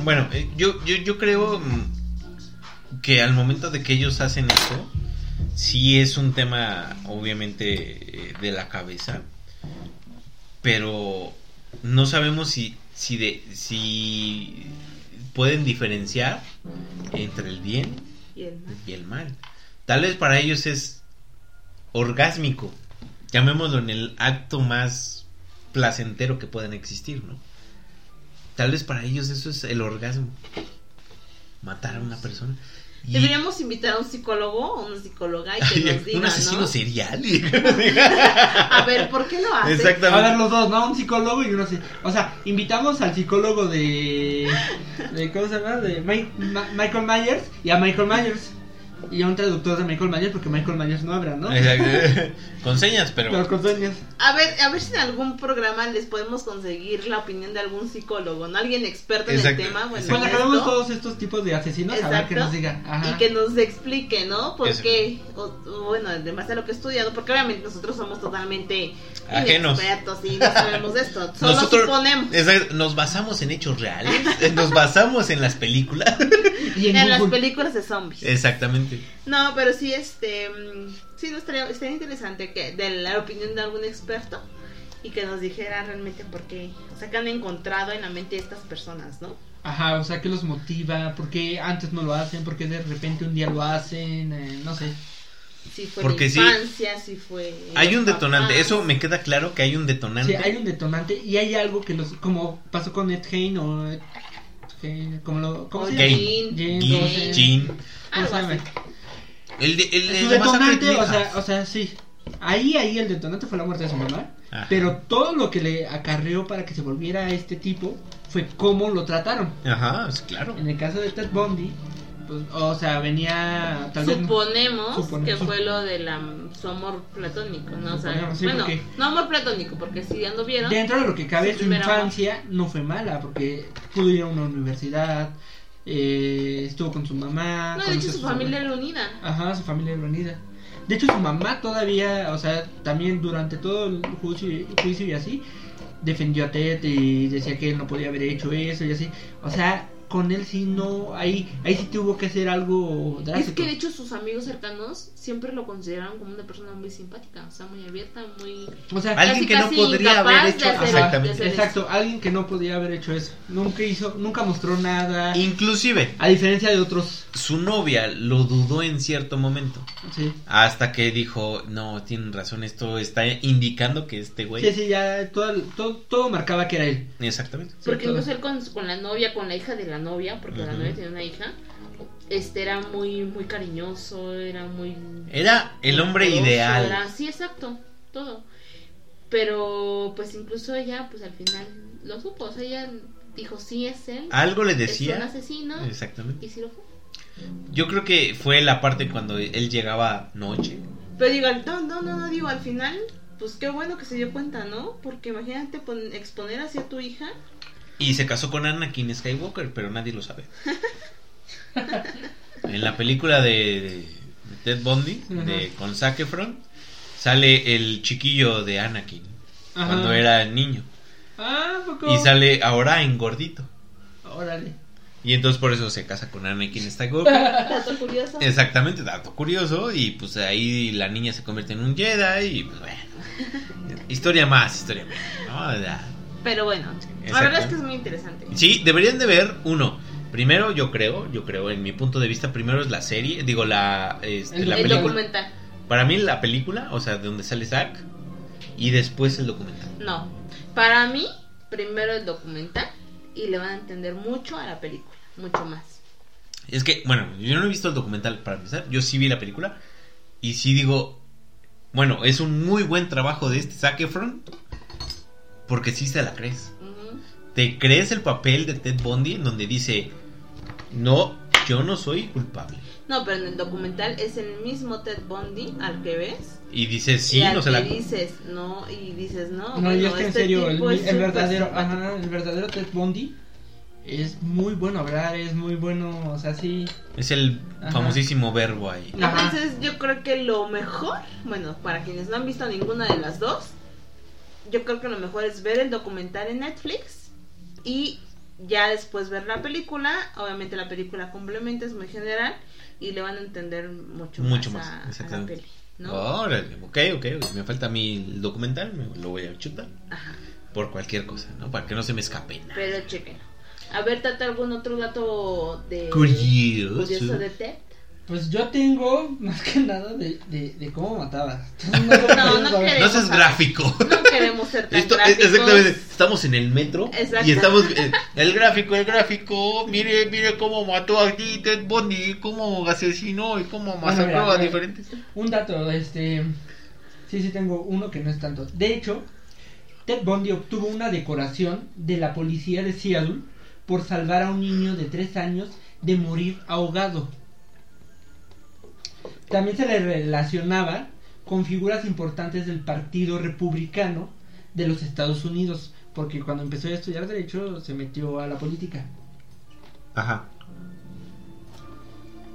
[SPEAKER 3] Bueno, eh, yo, yo, yo creo mm, que al momento de que ellos hacen eso, sí es un tema, obviamente, eh, de la cabeza, pero no sabemos si, si, de, si pueden diferenciar entre el bien
[SPEAKER 2] Y el-
[SPEAKER 3] y el mal. Tal vez para ellos es orgásmico, llamémoslo en el acto más placentero que puedan existir, ¿no? Tal vez para ellos eso es el orgasmo, matar a una persona. Y-
[SPEAKER 2] Deberíamos invitar a un psicólogo o una psicóloga y que nos diga,
[SPEAKER 3] un asesino
[SPEAKER 2] ¿no?
[SPEAKER 3] serial.
[SPEAKER 2] A ver, ¿por qué lo hace?
[SPEAKER 4] A ver, los dos, ¿no? Un psicólogo y uno así. O sea, invitamos al psicólogo de. de ¿Cómo se llama? De Mi- Ma- Michael Myers y a Michael Myers. Y a un traductor de Michael Myers, porque Michael Myers no habla, ¿no?
[SPEAKER 3] Exacto. Con señas,
[SPEAKER 4] Pero
[SPEAKER 3] pero.
[SPEAKER 4] con señas.
[SPEAKER 2] A ver, a ver si en algún programa les podemos conseguir la opinión de algún psicólogo, ¿no? Alguien experto en
[SPEAKER 3] Exacto,
[SPEAKER 2] el tema. Bueno,
[SPEAKER 4] Cuando
[SPEAKER 2] en
[SPEAKER 4] Pues acabemos
[SPEAKER 2] esto.
[SPEAKER 4] todos estos tipos de asesinos, a ver
[SPEAKER 2] Exacto.
[SPEAKER 4] que nos diga. Ajá.
[SPEAKER 2] Y que nos explique, ¿no? Por
[SPEAKER 3] Eso.
[SPEAKER 2] qué, o, o bueno, además de lo que he estudiado, porque obviamente nosotros somos totalmente
[SPEAKER 3] Ajenos.
[SPEAKER 2] inexpertos y no sabemos de esto. Solo suponemos.
[SPEAKER 3] Exacto, nos basamos en hechos reales, nos basamos en las películas.
[SPEAKER 4] Y
[SPEAKER 2] En las
[SPEAKER 4] Google.
[SPEAKER 2] películas de zombies.
[SPEAKER 3] Exactamente.
[SPEAKER 2] No, pero sí, este. mm, Sí, nos estaría, estaría interesante que de la opinión de algún experto y que nos dijera realmente por qué. O sea, que han encontrado en la mente de estas personas, ¿no?
[SPEAKER 4] Ajá, o sea, ¿qué los motiva? ¿Por qué antes no lo hacen? ¿Por qué de repente un día lo hacen? Eh, no sé.
[SPEAKER 2] Si fue
[SPEAKER 3] Porque
[SPEAKER 2] la
[SPEAKER 3] sí.
[SPEAKER 2] infancia, si fue.
[SPEAKER 3] Hay
[SPEAKER 2] los
[SPEAKER 3] un detonante,
[SPEAKER 2] papás.
[SPEAKER 3] eso me queda claro que hay un
[SPEAKER 4] Sí,
[SPEAKER 3] detonante.
[SPEAKER 4] hay un detonante y hay algo que los. Como pasó con Ed Hain o. Ed Hain, como lo. ¿Cómo se
[SPEAKER 2] Oye,
[SPEAKER 4] llama?
[SPEAKER 3] Gain.
[SPEAKER 2] Jean,
[SPEAKER 4] Jean,
[SPEAKER 3] Gin,
[SPEAKER 4] no sé.
[SPEAKER 3] gin.
[SPEAKER 4] ¿Cómo se
[SPEAKER 2] Algo
[SPEAKER 4] llama?
[SPEAKER 3] El, de- el,
[SPEAKER 4] Su
[SPEAKER 3] el masacre
[SPEAKER 4] detonante,
[SPEAKER 3] de
[SPEAKER 4] o sea,
[SPEAKER 3] Texas.
[SPEAKER 4] o sea, sí. Ahí, ahí el detonante fue la muerte de su mamá.
[SPEAKER 3] Ajá.
[SPEAKER 4] Pero todo lo que le acarreó para que se volviera este tipo fue cómo lo trataron.
[SPEAKER 3] Ajá, sí, claro.
[SPEAKER 4] En el caso de Ted Bundy, pues, o sea, venía tal vez.
[SPEAKER 2] Suponemos
[SPEAKER 4] Supone-
[SPEAKER 2] que
[SPEAKER 4] sup-
[SPEAKER 2] fue lo de la, su amor platónico, ¿no? O sea,
[SPEAKER 4] Suponemos, sí,
[SPEAKER 2] bueno,
[SPEAKER 4] porque-
[SPEAKER 2] no amor platónico, porque si ya anduvieron.
[SPEAKER 4] Dentro de lo que cabe,
[SPEAKER 2] Su
[SPEAKER 4] su
[SPEAKER 2] primer amor.
[SPEAKER 4] infancia no fue mala, porque pudo ir a una universidad, eh, estuvo con su mamá.
[SPEAKER 2] No, de
[SPEAKER 4] conoció
[SPEAKER 2] hecho
[SPEAKER 4] a
[SPEAKER 2] su
[SPEAKER 4] sus
[SPEAKER 2] familia
[SPEAKER 4] abuelos.
[SPEAKER 2] era unida.
[SPEAKER 4] Ajá, su familia era unida. De hecho, su mamá todavía, o sea, también durante todo el juicio, y- juicio y así, defendió a Ted y decía que él no podía haber hecho eso y así. O sea, con él sí no, ahí, ahí sí tuvo que hacer algo
[SPEAKER 2] Es
[SPEAKER 4] drástico.
[SPEAKER 2] que de hecho sus amigos cercanos siempre lo consideraron como una persona muy simpática, o sea, muy abierta, muy...
[SPEAKER 4] O sea,
[SPEAKER 3] Alguien
[SPEAKER 2] casi,
[SPEAKER 3] que no
[SPEAKER 2] casi
[SPEAKER 3] podría haber
[SPEAKER 2] incapaz de
[SPEAKER 3] hecho-
[SPEAKER 2] hacer- de
[SPEAKER 3] Exactamente.
[SPEAKER 2] hacer eso.
[SPEAKER 4] exacto, alguien que no podía haber hecho eso. Nunca hizo, nunca mostró nada.
[SPEAKER 3] Inclusive,
[SPEAKER 4] A diferencia de otros,
[SPEAKER 3] su novia lo dudó en cierto momento.
[SPEAKER 4] sí.
[SPEAKER 3] Hasta que dijo, no, tienen razón, esto está indicando que este güey...
[SPEAKER 4] Sí, sí, ya todo, todo, todo marcaba que era él.
[SPEAKER 3] Exactamente.
[SPEAKER 4] Sí,
[SPEAKER 2] Porque
[SPEAKER 4] todo.
[SPEAKER 2] incluso él con, con la novia, con la hija de la novia, porque la
[SPEAKER 3] Ujú.
[SPEAKER 2] novia tenía una hija, este era muy muy cariñoso, era muy...
[SPEAKER 3] Era el hombre
[SPEAKER 2] amoroso,
[SPEAKER 3] ideal.
[SPEAKER 2] era- Sí, exacto, todo. Pero pues incluso ella, pues al final lo supo, o sea, ella dijo, sí es él,
[SPEAKER 3] Algo le
[SPEAKER 2] es un
[SPEAKER 3] Ah, decía.
[SPEAKER 2] asesino,
[SPEAKER 3] Exactamente.
[SPEAKER 2] y sí lo fue.
[SPEAKER 3] Yo creo que fue la parte cuando él llegaba noche.
[SPEAKER 2] Pero digo, al- no, no, no, no, digo, al final, pues qué bueno que se dio cuenta, ¿no? Porque imagínate pon- exponer así a tu hija.
[SPEAKER 3] Y se casó con Anakin Skywalker, pero nadie lo sabe. en la película de, de Ted Bundy, de, con Zac Efron, sale el chiquillo de Anakin,
[SPEAKER 4] Ajá.
[SPEAKER 3] cuando era niño.
[SPEAKER 4] Ah, poco.
[SPEAKER 3] Y sale ahora en gordito.
[SPEAKER 4] Órale.
[SPEAKER 3] Y entonces por eso se casa con Anakin Skywalker.
[SPEAKER 2] Dato curioso.
[SPEAKER 3] Exactamente, dato curioso. Y pues ahí la niña se convierte en un Jedi. Y pues bueno. Historia más, historia menos. ¿no? Ya.
[SPEAKER 2] Pero bueno, la
[SPEAKER 3] Exacto.
[SPEAKER 2] verdad es que es muy interesante.
[SPEAKER 3] Sí, deberían de ver uno. Primero, yo creo, yo creo, en mi punto de vista, primero es la serie, digo, la, este,
[SPEAKER 4] El
[SPEAKER 3] la
[SPEAKER 4] docu-
[SPEAKER 2] El
[SPEAKER 3] película.
[SPEAKER 2] documental,
[SPEAKER 3] Para mí, la película, o sea, de donde sale Zack, y después el documental.
[SPEAKER 2] no. Para mí, primero el documental y le van a entender mucho a la película, mucho más.
[SPEAKER 3] Es que, bueno, yo no he visto el documental para empezar, yo sí vi la película, y sí digo, bueno, es un muy buen trabajo de este Zac Efron, porque sí se la crees.
[SPEAKER 2] Ujú.
[SPEAKER 3] ¿Te crees el papel de Ted Bundy en donde dice, no, yo no soy culpable?
[SPEAKER 2] No, pero en el documental es el mismo Ted Bundy al que ves.
[SPEAKER 3] Y dice, sí,
[SPEAKER 2] y al
[SPEAKER 3] no se
[SPEAKER 2] que
[SPEAKER 3] la...
[SPEAKER 2] dices, no, y dices, no.
[SPEAKER 4] no, y
[SPEAKER 2] bueno,
[SPEAKER 4] es que en
[SPEAKER 2] este
[SPEAKER 4] serio, el,
[SPEAKER 2] tipo es
[SPEAKER 4] el
[SPEAKER 2] súper
[SPEAKER 4] verdadero,
[SPEAKER 2] simpático.
[SPEAKER 4] ajá, el verdadero Ted Bundy es muy bueno a hablar, es muy bueno, o sea, sí.
[SPEAKER 3] Es el
[SPEAKER 4] Ajá.
[SPEAKER 3] famosísimo verbo ahí.
[SPEAKER 4] Ajá.
[SPEAKER 2] Entonces yo creo que lo mejor, bueno, para quienes no han visto ninguna de las dos, yo creo que lo mejor es ver el documental en Netflix y ya después ver la película. Obviamente la película complementa, es muy general y le van a entender mucho,
[SPEAKER 3] Mucho
[SPEAKER 2] más, a-
[SPEAKER 3] más,
[SPEAKER 2] a, la
[SPEAKER 3] exactamente. Oh.
[SPEAKER 2] peli. ¿no?
[SPEAKER 3] Órale, ok, ok, ok. me falta a mí el documental, me lo voy a chutar.
[SPEAKER 2] Ajá.
[SPEAKER 3] Por cualquier cosa, ¿no? Para que no se me escape nada.
[SPEAKER 2] Pero chequen. A ver, Tata, algún otro dato de
[SPEAKER 3] Curioso.
[SPEAKER 2] curioso de Ted.
[SPEAKER 4] Pues yo tengo más que nada de, de, de cómo mataba.
[SPEAKER 2] No, no
[SPEAKER 4] creo.
[SPEAKER 3] No seas
[SPEAKER 2] Ajá.
[SPEAKER 3] gráfico.
[SPEAKER 2] No queremos ser tan
[SPEAKER 3] Esto, es-
[SPEAKER 2] gráficos.
[SPEAKER 3] exactamente, estamos en el metro
[SPEAKER 2] Exacto.
[SPEAKER 3] y estamos eh, el gráfico, el gráfico, mire, mire cómo mató a Ted Bundy, cómo asesinó y
[SPEAKER 2] Ah,
[SPEAKER 3] cómo
[SPEAKER 4] Bueno, mira,
[SPEAKER 3] masacró a
[SPEAKER 4] mira.
[SPEAKER 3] diferentes.
[SPEAKER 4] Un dato, este. Sí, sí, tengo uno que no es tanto. De hecho, Ted Bundy obtuvo una decoración de la policía de Seattle por salvar a un niño de 3 años de morir ahogado. También se le relacionaba con figuras importantes del Partido Republicano de los Estados Unidos, porque cuando empezó a estudiar derecho se metió a la política.
[SPEAKER 5] Ajá.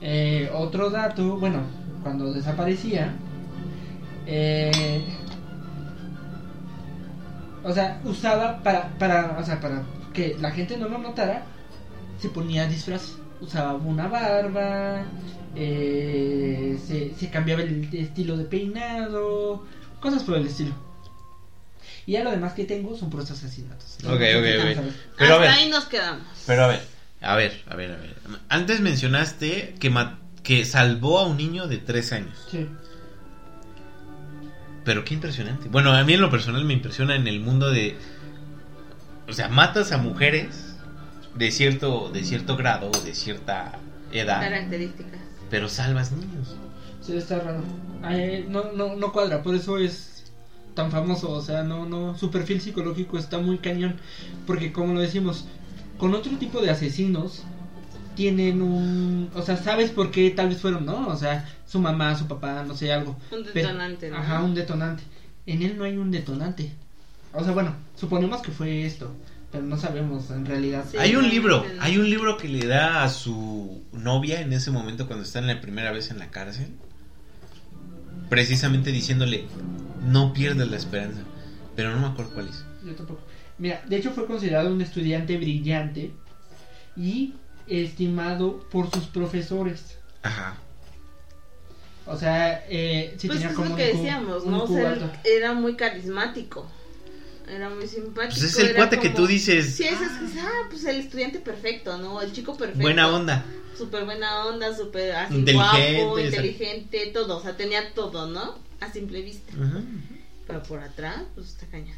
[SPEAKER 4] Eh, otro dato, bueno, cuando desaparecía, eh, o sea, usaba para, para, o sea, para que la gente no lo notara, se ponía disfraz, usaba una barba, eh, se, se cambiaba el estilo de peinado, cosas por el estilo. Y ya lo demás que tengo son puros asesinatos.
[SPEAKER 3] Ok, ok, ok. Pero a
[SPEAKER 2] Hasta
[SPEAKER 3] ver,
[SPEAKER 2] ahí nos quedamos.
[SPEAKER 3] pero a ver, a ver, a ver, a ver. Antes mencionaste que, ma- que salvó a un niño de tres años.
[SPEAKER 4] Sí.
[SPEAKER 3] Pero qué impresionante. Bueno, a mí en lo personal me impresiona en el mundo de. O sea, matas a mujeres de cierto, de cierto grado, de cierta edad,
[SPEAKER 2] Características.
[SPEAKER 3] pero salvas niños.
[SPEAKER 4] Sí, está raro. Ay, no, no, no cuadra, por eso es tan famoso. O sea, no, no, su perfil psicológico está muy cañón. Porque como lo decimos, con otro tipo de asesinos tienen un... O sea, sabes por qué tal vez fueron, ¿no? O sea, su mamá, su papá, no sé, algo.
[SPEAKER 2] Un
[SPEAKER 4] Pero-
[SPEAKER 2] detonante, ¿no?
[SPEAKER 4] Ajá, un detonante. En él no hay un detonante. O sea, bueno, suponemos que fue esto, pero no sabemos en realidad.
[SPEAKER 2] Sí.
[SPEAKER 3] hay un
[SPEAKER 2] no,
[SPEAKER 3] libro,
[SPEAKER 2] no, no.
[SPEAKER 3] hay un libro que le da a su novia en ese momento cuando están la primera vez en la cárcel, precisamente diciéndole, no pierdas la esperanza, pero no me acuerdo cuál es.
[SPEAKER 4] Yo tampoco. Mira, de hecho fue considerado un estudiante brillante y estimado por sus profesores.
[SPEAKER 3] Ajá.
[SPEAKER 4] O sea, eh, sí
[SPEAKER 2] pues
[SPEAKER 4] tenía
[SPEAKER 2] es
[SPEAKER 4] como
[SPEAKER 2] lo
[SPEAKER 4] un
[SPEAKER 2] que
[SPEAKER 4] cu-
[SPEAKER 2] decíamos,
[SPEAKER 4] un
[SPEAKER 2] ¿no? O sea,
[SPEAKER 4] cubato.
[SPEAKER 2] él era muy carismático. Era muy simpático.
[SPEAKER 3] Pues es el
[SPEAKER 2] era
[SPEAKER 3] cuate que
[SPEAKER 2] como-
[SPEAKER 3] tú dices,
[SPEAKER 2] Sí, es, es- ah, pues el estudiante perfecto, ¿no? El chico perfecto.
[SPEAKER 3] buena onda.
[SPEAKER 2] Súper buena onda, súper así
[SPEAKER 3] Inteligente,
[SPEAKER 2] guapo,
[SPEAKER 3] esa-
[SPEAKER 2] inteligente, todo. O sea, tenía todo, ¿no? A simple vista.
[SPEAKER 3] Ajá.
[SPEAKER 2] Pero por atrás, pues está cañón.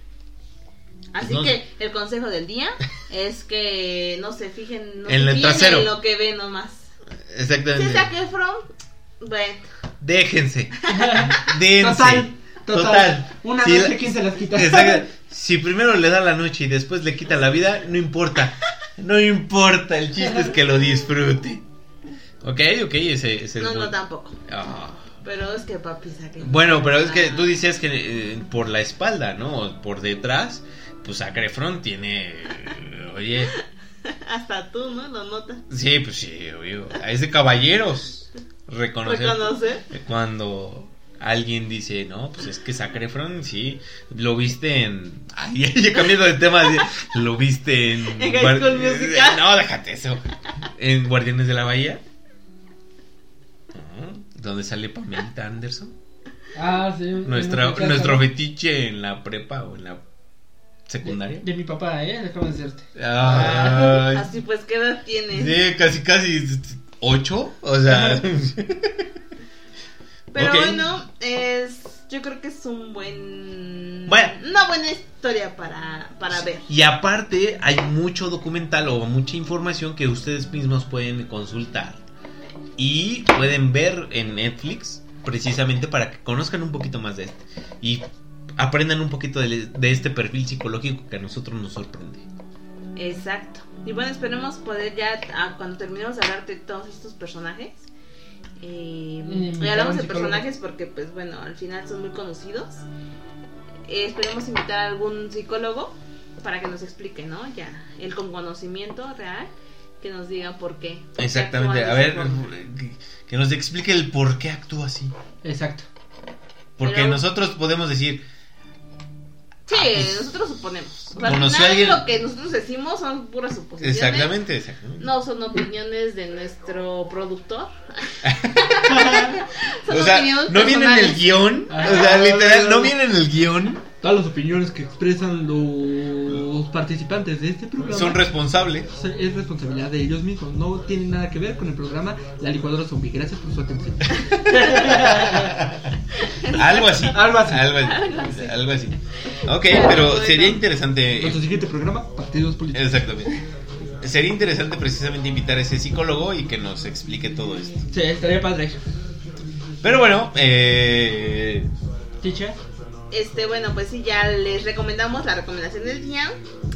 [SPEAKER 2] Así
[SPEAKER 3] Pues No.
[SPEAKER 2] que el consejo del día es que no se fijen, no
[SPEAKER 3] En
[SPEAKER 2] se
[SPEAKER 3] el
[SPEAKER 2] fijen
[SPEAKER 3] trasero.
[SPEAKER 2] en lo que ven nomás. Si
[SPEAKER 3] Exactamente.
[SPEAKER 2] es Zac Efron, bueno,
[SPEAKER 3] Déjense. Dense.
[SPEAKER 4] Total, total,
[SPEAKER 3] Total.
[SPEAKER 4] Una
[SPEAKER 3] Sí,
[SPEAKER 4] noche
[SPEAKER 3] la-
[SPEAKER 4] quién se las quita.
[SPEAKER 3] Exacto. Si primero le da la noche y después le quita la vida, no importa. No importa, el chiste es que lo disfrute. Ok, ok, ese, ese es
[SPEAKER 2] no, no
[SPEAKER 3] buen-
[SPEAKER 2] tampoco.
[SPEAKER 3] Ah.
[SPEAKER 2] Pero es que papi Zac Efron.
[SPEAKER 3] Bueno, pero es que
[SPEAKER 2] Ah,
[SPEAKER 3] tú decías que eh, por la espalda, ¿no? O Por detrás, pues Acrefron tiene... eh, Oye,
[SPEAKER 2] Ah, Hasta tú, ¿no? Lo notas.
[SPEAKER 3] sí, pues sí, obvio. Es de caballeros reconocer
[SPEAKER 2] Reconocer.
[SPEAKER 3] cuando alguien dice, no, pues es que Zac Efron, sí, lo viste en... Ay, ya cambiando de tema, sí, lo viste en...
[SPEAKER 2] En High
[SPEAKER 3] Guar-
[SPEAKER 2] School Musical.
[SPEAKER 3] No, déjate eso. En Guardianes de la Bahía. Ah, Donde sale Pamela Anderson.
[SPEAKER 4] Ah, sí.
[SPEAKER 3] Nuestra,
[SPEAKER 4] una muchacha
[SPEAKER 3] nuestro fetiche en la prepa o en la secundaria.
[SPEAKER 4] De mi papá, eh, déjame decirte.
[SPEAKER 3] Ay,
[SPEAKER 2] Así pues, ¿qué edad tienes?
[SPEAKER 3] sí, casi, casi ocho. O sea,
[SPEAKER 2] Pero
[SPEAKER 3] ok.
[SPEAKER 2] bueno, es, yo creo que es un buen...
[SPEAKER 3] Bueno.
[SPEAKER 2] Una buena historia para, para ver.
[SPEAKER 3] Y aparte hay mucho documental o mucha información que ustedes mismos pueden consultar y pueden ver en Netflix precisamente para que conozcan un poquito más de este y aprendan un poquito de, de este perfil psicológico que a nosotros nos sorprende.
[SPEAKER 2] Exacto. Y bueno, esperemos poder ya, ah, cuando terminemos de hablar de todos estos personajes, eh,
[SPEAKER 4] Mm,
[SPEAKER 2] ya hablamos
[SPEAKER 4] un
[SPEAKER 2] de
[SPEAKER 4] psicólogo.
[SPEAKER 2] personajes porque, pues bueno, al final son muy conocidos. Eh, esperemos invitar a algún psicólogo para que nos explique, ¿no? Ya, él con conocimiento real, que nos diga por qué. por qué
[SPEAKER 3] Exactamente, a
[SPEAKER 2] actúa de
[SPEAKER 3] ver
[SPEAKER 2] esa forma.
[SPEAKER 3] que, que nos explique el por qué actúa así.
[SPEAKER 4] Exacto.
[SPEAKER 3] Porque
[SPEAKER 2] Pero-
[SPEAKER 3] nosotros podemos decir,
[SPEAKER 2] Sí,
[SPEAKER 3] Ah, pues,
[SPEAKER 2] nosotros suponemos.
[SPEAKER 3] conocí
[SPEAKER 2] Al
[SPEAKER 3] a
[SPEAKER 2] final
[SPEAKER 3] alguien-
[SPEAKER 2] lo que nosotros decimos son puras suposiciones.
[SPEAKER 3] exactamente, exactamente.
[SPEAKER 2] No son opiniones de nuestro productor. Son
[SPEAKER 3] o sea,
[SPEAKER 2] opiniones
[SPEAKER 3] no viene en el
[SPEAKER 2] personales.
[SPEAKER 3] guión,
[SPEAKER 4] Ah.
[SPEAKER 3] o sea, literal, no viene en el guión,
[SPEAKER 4] Todas las opiniones que expresan los participantes de este programa
[SPEAKER 3] son responsables.
[SPEAKER 4] es responsabilidad de ellos mismos. No tiene nada que ver con el programa La Licuadora Zombie. Gracias por su atención.
[SPEAKER 3] Algo así.
[SPEAKER 4] Algo así.
[SPEAKER 3] Algo así. Algo así. Ok, pero
[SPEAKER 2] bueno.
[SPEAKER 3] sería interesante.
[SPEAKER 4] Nuestro siguiente programa, Partidos Políticos.
[SPEAKER 3] Exactamente. Sería interesante precisamente invitar a ese psicólogo y que nos explique todo esto.
[SPEAKER 4] Sí, estaría padre.
[SPEAKER 3] Pero bueno, eh,
[SPEAKER 4] Ticha.
[SPEAKER 2] Este, bueno, pues sí, ya les recomendamos la recomendación del día.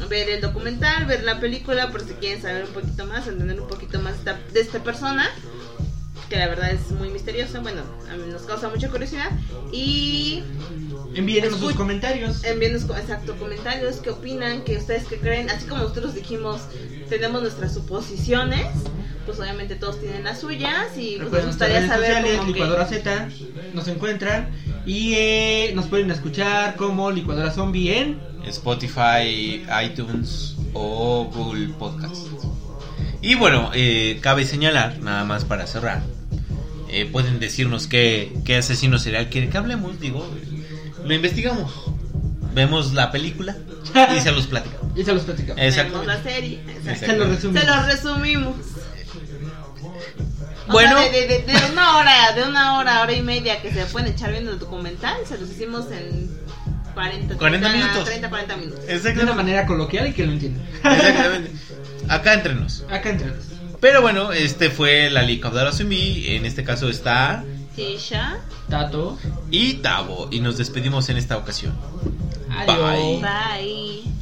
[SPEAKER 2] Ver el documental, ver la película, por si quieren saber un poquito más, entender un poquito más esta- de esta persona. que la verdad es muy misteriosa. Bueno, a mí nos causa mucha curiosidad. Y
[SPEAKER 4] Envíenos sus
[SPEAKER 2] Escuch-
[SPEAKER 4] comentarios.
[SPEAKER 2] envíenos co- exacto comentarios, qué opinan, qué ustedes qué creen. Así como nosotros dijimos, tenemos nuestras suposiciones, pues obviamente todos tienen las suyas y pues, nos
[SPEAKER 4] Recuerden nuestras
[SPEAKER 2] gustaría
[SPEAKER 4] redes
[SPEAKER 2] saber
[SPEAKER 4] sociales,
[SPEAKER 2] como que-
[SPEAKER 4] Licuadora Z, nos encuentran y eh, nos pueden escuchar como Licuadora Zombie en
[SPEAKER 3] Spotify, iTunes o Google Podcast. Y bueno, eh, cabe señalar, nada más para cerrar, eh, pueden decirnos qué, qué asesino serial quieren que hablemos, digo, lo investigamos, vemos la película y se los platicamos.
[SPEAKER 4] y se los platicamos.
[SPEAKER 2] Tenemos
[SPEAKER 3] Exacto.
[SPEAKER 2] la serie. exacto.
[SPEAKER 4] se los resumimos.
[SPEAKER 2] Se los resumimos. O
[SPEAKER 3] Bueno.
[SPEAKER 2] sea, de, de- de- de una hora, de una hora, hora y media que se pueden echar viendo el documental, se los hicimos en 40,
[SPEAKER 3] 40
[SPEAKER 2] 30,
[SPEAKER 3] minutos.
[SPEAKER 2] 30, 40 minutos.
[SPEAKER 4] de una
[SPEAKER 3] Exactamente.
[SPEAKER 4] manera coloquial y que lo entiendan.
[SPEAKER 3] Exactamente. Acá entre nos.
[SPEAKER 4] Acá entramos.
[SPEAKER 3] Pero bueno, este fue la Licuadora Sumi. En este caso está
[SPEAKER 2] Tisha,
[SPEAKER 4] Tato.
[SPEAKER 3] y Tavo. Y nos despedimos en esta ocasión. Bye.
[SPEAKER 4] Adiós.
[SPEAKER 2] bye.